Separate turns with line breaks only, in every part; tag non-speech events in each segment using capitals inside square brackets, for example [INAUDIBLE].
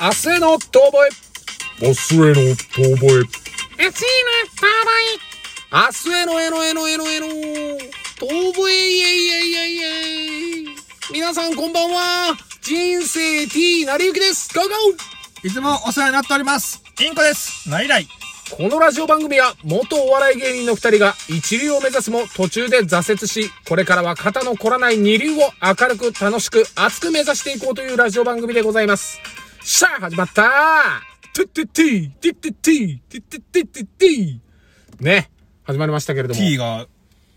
明日への遠吠え明日への遠吠え
熱いのパ
明日へのえのえのえのえの遠吠えいえいえいえいえい皆さんこんばんは人生 T なりゆきですゴーゴー
いつもお世話になっております。インコです。ナイライ。
このラジオ番組は元お笑い芸人の二人が一流を目指すも途中で挫折し、これからは肩の凝らない二流を明るく楽しく熱く目指していこうというラジオ番組でございます。さあ、始まったトゥットゥッティーティッティッティーティッティッティッティッティーね、始まりましたけれども。
T が、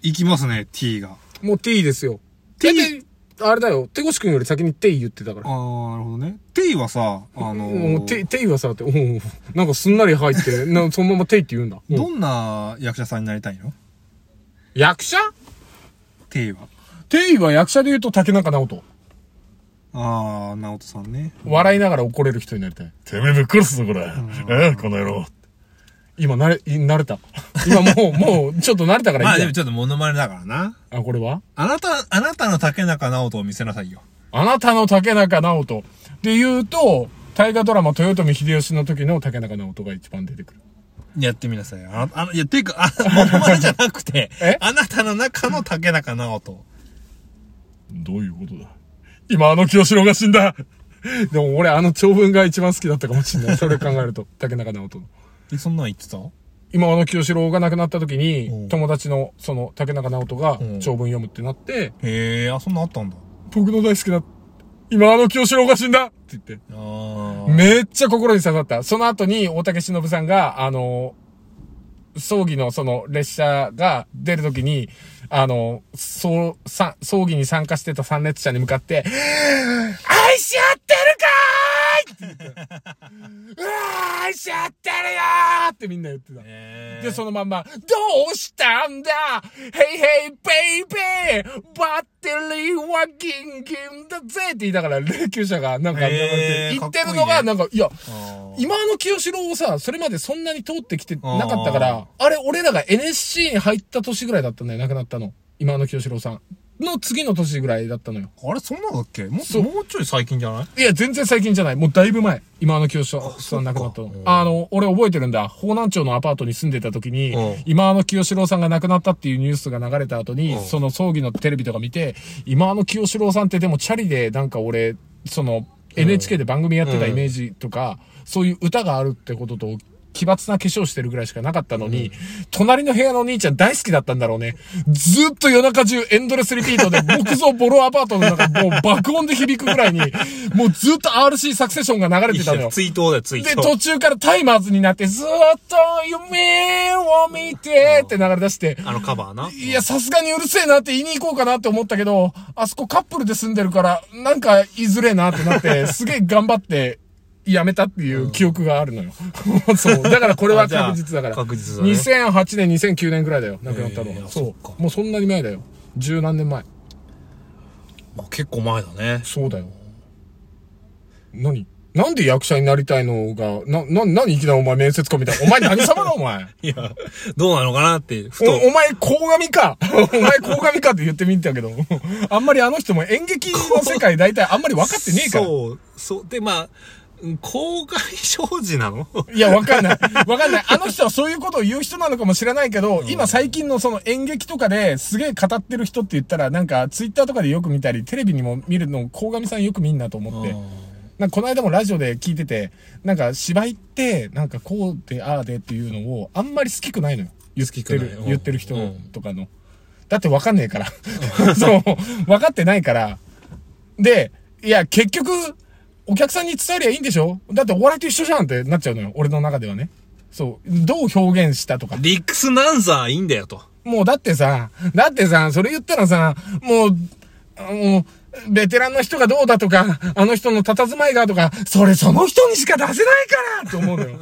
いきますね、T が。
もう T ですよ。
T
だってあれだよ、手越くんより先にテイ言ってたから
あ。ー、なるほどね。T はさ、あの
もうテ
ー、
イ、テイはさ、って、おうおうなんかすんなり入って、なそのままテイって言うんだ。うん
どんな役者さんになりたいの
役者
?T は。
テイは役者で言うと竹中直人。
あー、直人さんね。
笑いながら怒れる人になりたい。てめえぶっ殺すぞ、これ。えこの野郎。今、慣れ、慣れた。今も
[LAUGHS]
う、もう、ちょっと慣れたから
ま
いい
あで
や
もちょっとモノマネだからな。
あ、これは
あなた、あなたの竹中直人を見せなさいよ。
あなたの竹中直人。で言うと、大河ドラマ豊臣秀吉の時の竹中直人が一番出てくる。
やってみなさい。あ、あの、いや、ていうか、あ、モノマネじゃなく [LAUGHS] て
え、
あなたの中の竹中直人。
どういうことだ今、あの清志郎が死んだでも俺、あの長文が一番好きだったかもしれない。それ考える
[LAUGHS]
と、竹中直人の。
え、そんなん言ってた
今あの清志郎が亡くなった時に、
うん
友達のその竹中直人が
ん
長文読むってなって、
へー、あ、そんなんあったんだ。
僕の大好きな、今あの清志郎が死んだって言って、
あー。
めっちゃ心に刺さった。その後に大竹しのぶさんが、あの、葬儀のその列車が出る時に、あの、そう、さ、葬儀に参加してた参列者に向かって、愛し合ってるかーいって言ってうわー愛し合ってるよーってみんな言ってた。
えー
で、そのまんま、どうしたんだヘイヘイベイベーバッテリーはギンギンだぜって言いながら、霊柩車がなんか流れて、
へー
言ってるのが、
か
なんか、いや、
あー
今の清志郎をさ、それまでそんなに通ってきてなかったか
あ
ら、あれ、俺らが NSC に入った年ぐらいだったんだよ、亡くなったの。今の清志郎さん。の次の年ぐらいだったのよ。
あれ、そんなんだっけもっ
そ
と
う
もうちょい最近じゃな
い
い
や、全然最近じゃない。もうだいぶ前。今の清志郎さん亡くなった
そ
の
っかう。ん
あの、俺覚えてるんだ。方南町のアパートに住んでた時に
うん、
今の清志郎さんが亡くなったっていうニュースが流れた後に、
うん
その葬儀のテレビとか見て、今の清志郎さんってでもチャリでなんか俺、その、NHK で番組やってたイメージとか、そういう歌があるってことと、奇抜な化粧してるぐらいしかなかったのに、隣の部屋のお兄ちゃん大好きだったんだろうね。ずっと夜中中エンドレスリピート
[LAUGHS]
で、木造ボロアパートの中、もう爆音で響くぐらいに、もうずっと RC サクセションが流れてたのよ。
追悼だよ、追
で、途中からタイマーズになって、ずっと夢を見てって流れ出して、
あのカバーな。
いや、さすがにうるせえなって言いに行こうかなって思ったけど、あそこカップルで住んでるから、なんか言いづれえなってな
[LAUGHS]
って、すげえ頑張って、やめたっていう記憶があるのよ。 [LAUGHS] そう。だからこれは
あじゃあ
確実だから。
確実だね
2008年、2009年ぐらいだよ。亡くなったの
へえ
が。
あ
そ
そっ
う。
か
もうそんなに前だよ。十何年前。
まあ結構前だね。
そうだよ。何なんで役者になりたいのが、な、な、何いきなりお前面接官みたいな。お前何様だお
[LAUGHS]
前。
いや、どうなのかなって、ふと。
お、お前、鴻上か。 [LAUGHS] お前、鴻上かって言ってみたけど。 [LAUGHS] あんまりあの人も演劇の世界大体あんまり分かってねえから。
そう、そう。で、まあ、うん公害障子なの
いや、わかんない。わかんない。あの人はそういうことを言う人なのかもしれないけど、今最近のその演劇とかですげえ語ってる人って言ったら、なんかツイッターとかでよく見たり、テレビにも見るの、鴻上さんよく見んなと思って。なんかこの間もラジオで聞いてて、なんか芝居って、なんかこうで、ああでっていうのを、あんまり好きくないのよ。言っ
好き
て
くない
る
う、ん
言ってる人
うん
とかの。だってわかんねえから。 [LAUGHS] そう、分かってないから。で、いや、結局、お客さんに伝えりゃいいんでしょだってお笑いと一緒じゃんってなっちゃうのよ。俺の中ではね。そう。どう表現したとか。
リックスナンザーいいんだよと。
もうだってさ、だってさ、それ言ったらさ、もう、あもう、ベテランの人がどうだとか、あの人の佇まいがとか、それその人にしか出せないからって思うの
[LAUGHS]
よ。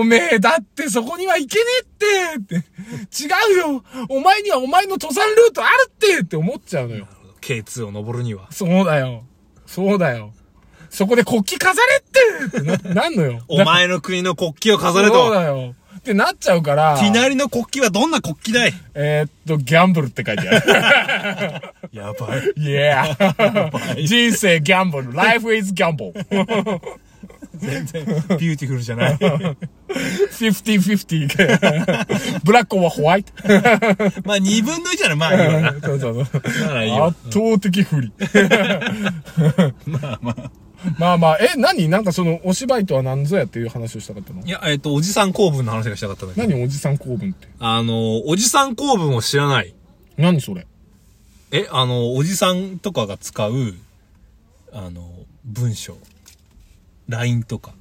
おめえ、だってそこには行けねえってって。違うよお前にはお前の登山ルートあるってって思っちゃうのよ。
K2 を登るには。
そうだよ。そうだよ。そこで国旗飾れってってな、なんのよ。
[LAUGHS] お前の国の国旗を飾
そ
れ
う
と。
だよ。ってなっちゃうから、
ティナリの国旗はどんな国旗だい
えーっと、ギャンブルって書いてある。
やばい。
[LAUGHS] Yeah. 人生ギャンブル。Life is gamble.
全然、ビューティフルじゃない。
50-50。ブラックはホワイト。
[LAUGHS] まあ、二分の一ならまあいいわ
[LAUGHS]
な。
そうそうそう。
ならいいよ。
圧倒的不 [LAUGHS] 利。まあまあ。まあまあ、え、何なんかその、お芝居とは何ぞやっていう話をしたかったの
いや、えっと、おじさん公文の話がしたかったんだけど。
何おじさん公文って。
あの、おじさん公文を知らない。
何それ
え、あの、おじさんとかが使う、あの、文章。LINE とか、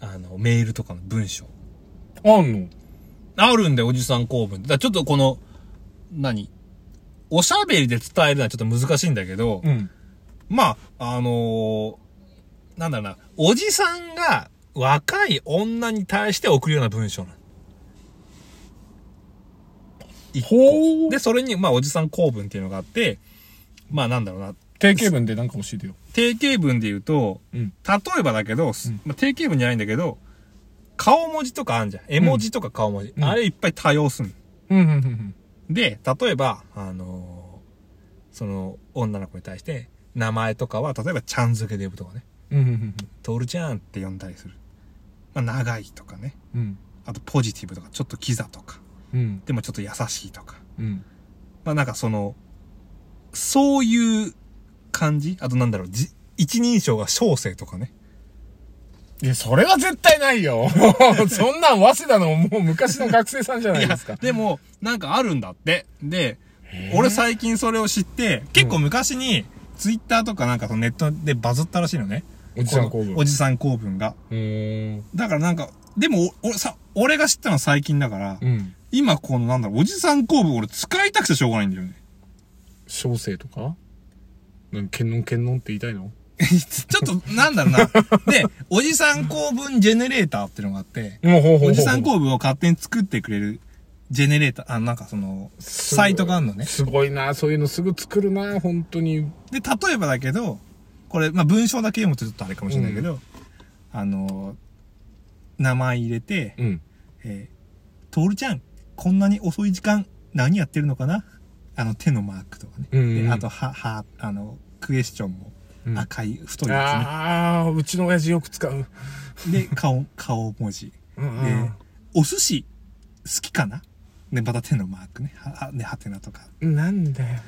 あの、メールとかの文章。
あんの
あるんだよ、おじさん公文。だからちょっとこの、何おしゃべりで伝えるのはちょっと難しいんだけど、
うん。
まあ、あのーなんだろうな、おじさんが若い女に対して送るような文章なの。一個
ほう。
で、それに、まあ、おじさん公文っていうのがあって、まあ、なんだろうな、
定型文で何か教えてよ。
定型文で言うと、
うん。
例えばだけど、すまあ、定型文じゃないんだけど、顔文字とかあんじゃん。絵文字とか顔文字。
うん
あれいっぱい多用すんの
うん、うん、うん。
で、例えば、あのーその、女の子に対して、名前とかは、例えば、ちゃん付けで呼ぶとかね。
うん、うん、
トールちゃんって呼んだりする。まあ、長いとかね。
うん。
あと、ポジティブとか、ちょっとキザとか。
うん、
でも、ちょっと優しいとか。
うん。
まあ、なんかその、そういう感じあと、なんだろう、じ一人称が小生とかね。
いや、それは絶対ないよ。 [LAUGHS] そんなん、早稲田のもう昔の学生さんじゃないですか。
でも、なんかあるんだって。で、俺最近それを知って、結構昔に、ツイッターとかなんかそのネットでバズったらしいのね。
おじさん公文
このおじさん公文が。
うーん。
だからなんか、でもお、俺さ、俺が知ったのは最近だから、
うん。
今このなんだろう、おじさん公文俺使いたくてしょうがないんだよね。
[LAUGHS] 小生とかなんか、けんのんけんのんって言いたいの
ちょっと、なんだろうな。で、おじさん公文ジェネレーターっていうのがあって、
もうほうほう
おじさん公文を勝手に作ってくれる、ジェネレーター、あ、なんかその、サイトがあるのね。
すごいな、そういうのすぐ作るな、本当に。
で、例えばだけど、これ、まあ、文章だけ読むとちょっとあれかもしれないけど、あの、名前入れて、
うん。
えー、トールちゃん、こんなに遅い時間、何やってるのかなあの、手のマークとかね。
うんうん
であと、は、は、あの、クエスチョンも
うん
赤い、太い
あ
や
あ、うちの親父よく使う。
つね。で、顔、顔文字。
うんう
で
ん、
お寿司、好きかなで、また手のマークね。は、は、ね、はてなとか。
なんだよ。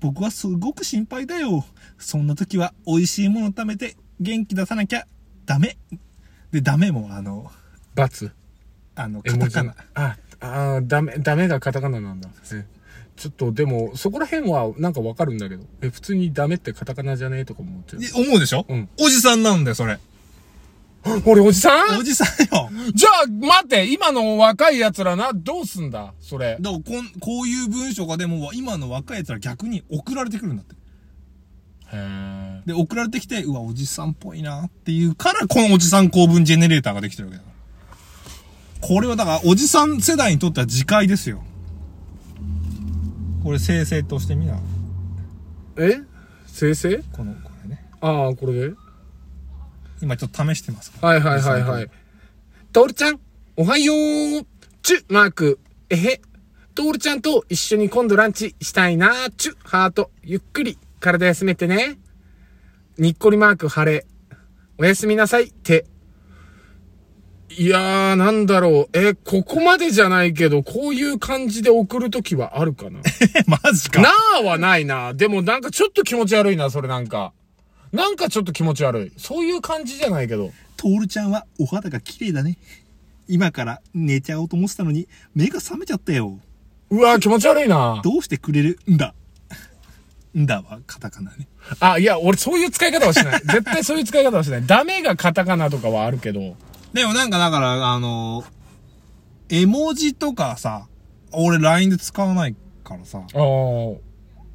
僕はすごく心配だよ。そんな時は美味しいもの食べて元気出さなきゃダメ。で、ダメもあの、
罰
あの、
絵
カ
文
タ
字
カナ。
あ、あーダメ、ダメがカタカナなんだ。ねちょっと、でも、そこら辺はなんかわかるんだけど。え、普通にダメってカタカナじゃねえとか思っちゃう
で思うでしょ、
うん
おじさんなんだよ、それ。。
俺おじさん
おじさんよ。
じゃあ、待って、今の若い奴らな、どうすんだそれ。
だからこん、こういう文章がでも、今の若い奴ら逆に送られてくるんだって。
へー
で、送られてきて、うわ、おじさんっぽいなっていうから、このおじさん公文ジェネレーターができてるわけだから。これはだから、おじさん世代にとっては自戒ですよ。これ、正々としてみな。
え生成
この、これね。
ああ、これで
今ちょっと試してますから。
はいはいはいはい。トールちゃん、おはよう。チュ、マーク。えへ。トールちゃんと一緒に今度ランチしたいな。チュ、ハート。ゆっくり、体休めてね。にっこりマーク、晴れ。おやすみなさい、って。いやー、なんだろう。え、ここまでじゃないけど、こういう感じで送るときはあるかな。
え、マジか。
なあはないな。でもなんかちょっと気持ち悪いな、それなんか。なんかちょっと気持ち悪い。そういう感じじゃないけど。
トールちゃんはお肌が綺麗だね。今から寝ちゃおうと思ってたのに、目が覚めちゃったよ。
うわ気持ち悪いな。
どうしてくれるんだ。んだはカタカナね。
あ、いや、俺そういう使い方はしない。絶対そういう使い方はしない。ダメがカタカナとかはあるけど。
でもなんかだから、あのー、絵文字とかさ、俺 LINE で使わないからさ。
ああ。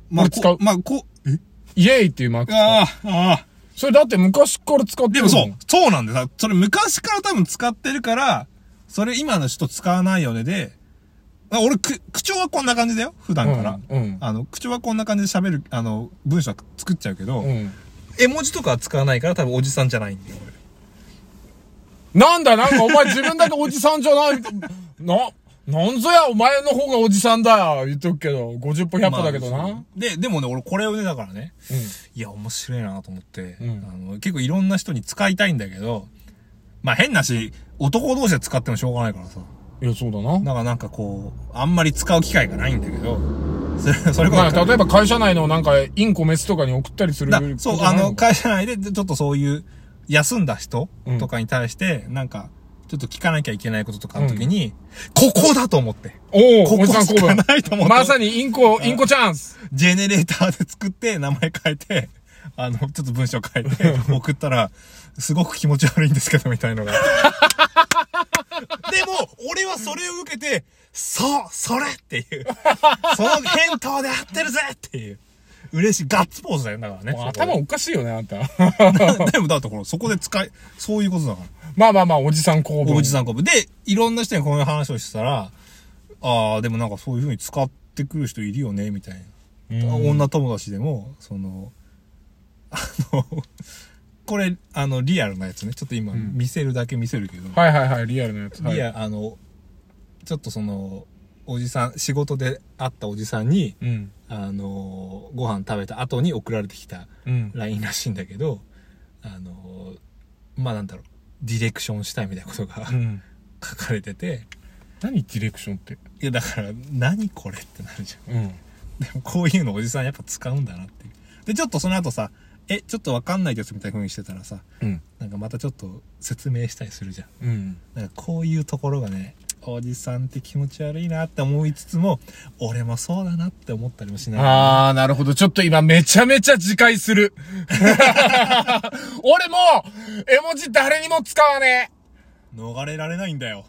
まあ、
俺使う
こまあ、こ、え
イエイっていうマーク。
ああ、ああ。
それだって昔から使って
で
る
も
ん
そう、そうなんだよ。それ昔から多分使ってるから、それ今の人使わないよねで、あ俺く、口調はこんな感じだよ。普段から。
うんうん
あの、口調はこんな感じで喋る、あの、文章は作っちゃうけど、
うん。
絵文字とかは使わないから多分おじさんじゃないんだよ、俺。
なんだ、なんかお前自分だけおじさんじゃない。な、なんぞや、お前の方がおじさんだよ。言っとくけど。50歩100歩だけどな。
まあそうで、でもね、俺これをね、だからね、
うん。
いや、面白いなと思って、
うん
あの、結構いろんな人に使いたいんだけど、まあ変なし、男同士で使ってもしょうがないからさ。
いや、そうだな。
だからなんかこう、あんまり使う機会がないんだけど、それ、それこそ
まあ、例えば会社内のなんか、インコメスとかに送ったりする
だそう、
ことじゃ
あ
ない
の、
か
会社内で、ちょっとそういう、休んだ人とかに対して、なんか、ちょっと聞かなきゃいけないこととかの時に、ここだと思って、
お
こ
お、お
こ
じさん
し
公
か
文。
ないと思って、
まさにインコ、インコチャンス。
ジェネレーターで作って、名前変えて、あの、ちょっと文章変えて、送ったら、すごく気持ち悪いんですけど、みたいのが。でも、俺はそれを受けて、そう、それっていう。その返答で合ってるぜっていう。嬉しい。ガッツポーズだよ、だからね。
頭おかしいよね、あんた。
[LAUGHS] でもだってほら、そこで使い、そういうことだか
まあまあまあ、おじさん公
ら。
文。
おじさんこぶ。で、いろんな人にこういう話をしてたら、ああ、でもなんかそういう風に使ってくる人いるよね、みたいな。女友達でも、その、あの、 [LAUGHS] これ、あの、リアルなやつね。ちょっと今、見せるだけ見せるけど、
はいはいはい、リアルなやつ。はい
リアあの、ちょっとその、おじさん、仕事で会ったおじさんに、
うん。
あの、ご飯食べた後に送られてきた
うん。
ラインら [LAUGHS] しいんだけど、あのーまあなんだろう、ディレクションしたいみたいなことが
うん。
書かれてて、
何ディレクションって。
いやだから、何これってなるじゃ
うん。
ん。でもこういうのおじさんやっぱ使うんだなっていう。で、ちょっとその後さ、え、ちょっとわかんないですみたいな風にしてたらさ、
うん。
なんかまたちょっと説明したりするじゃん。
うん。
なんかこういうところがね、おじさんって気持ち悪いなって思いつつも、俺もそうだなって思ったりもしない。
あー、なるほど。ちょっと今めちゃめちゃ自戒する。 [LAUGHS] 俺もう、絵文字誰にも使わねえ。
逃れられないんだよ。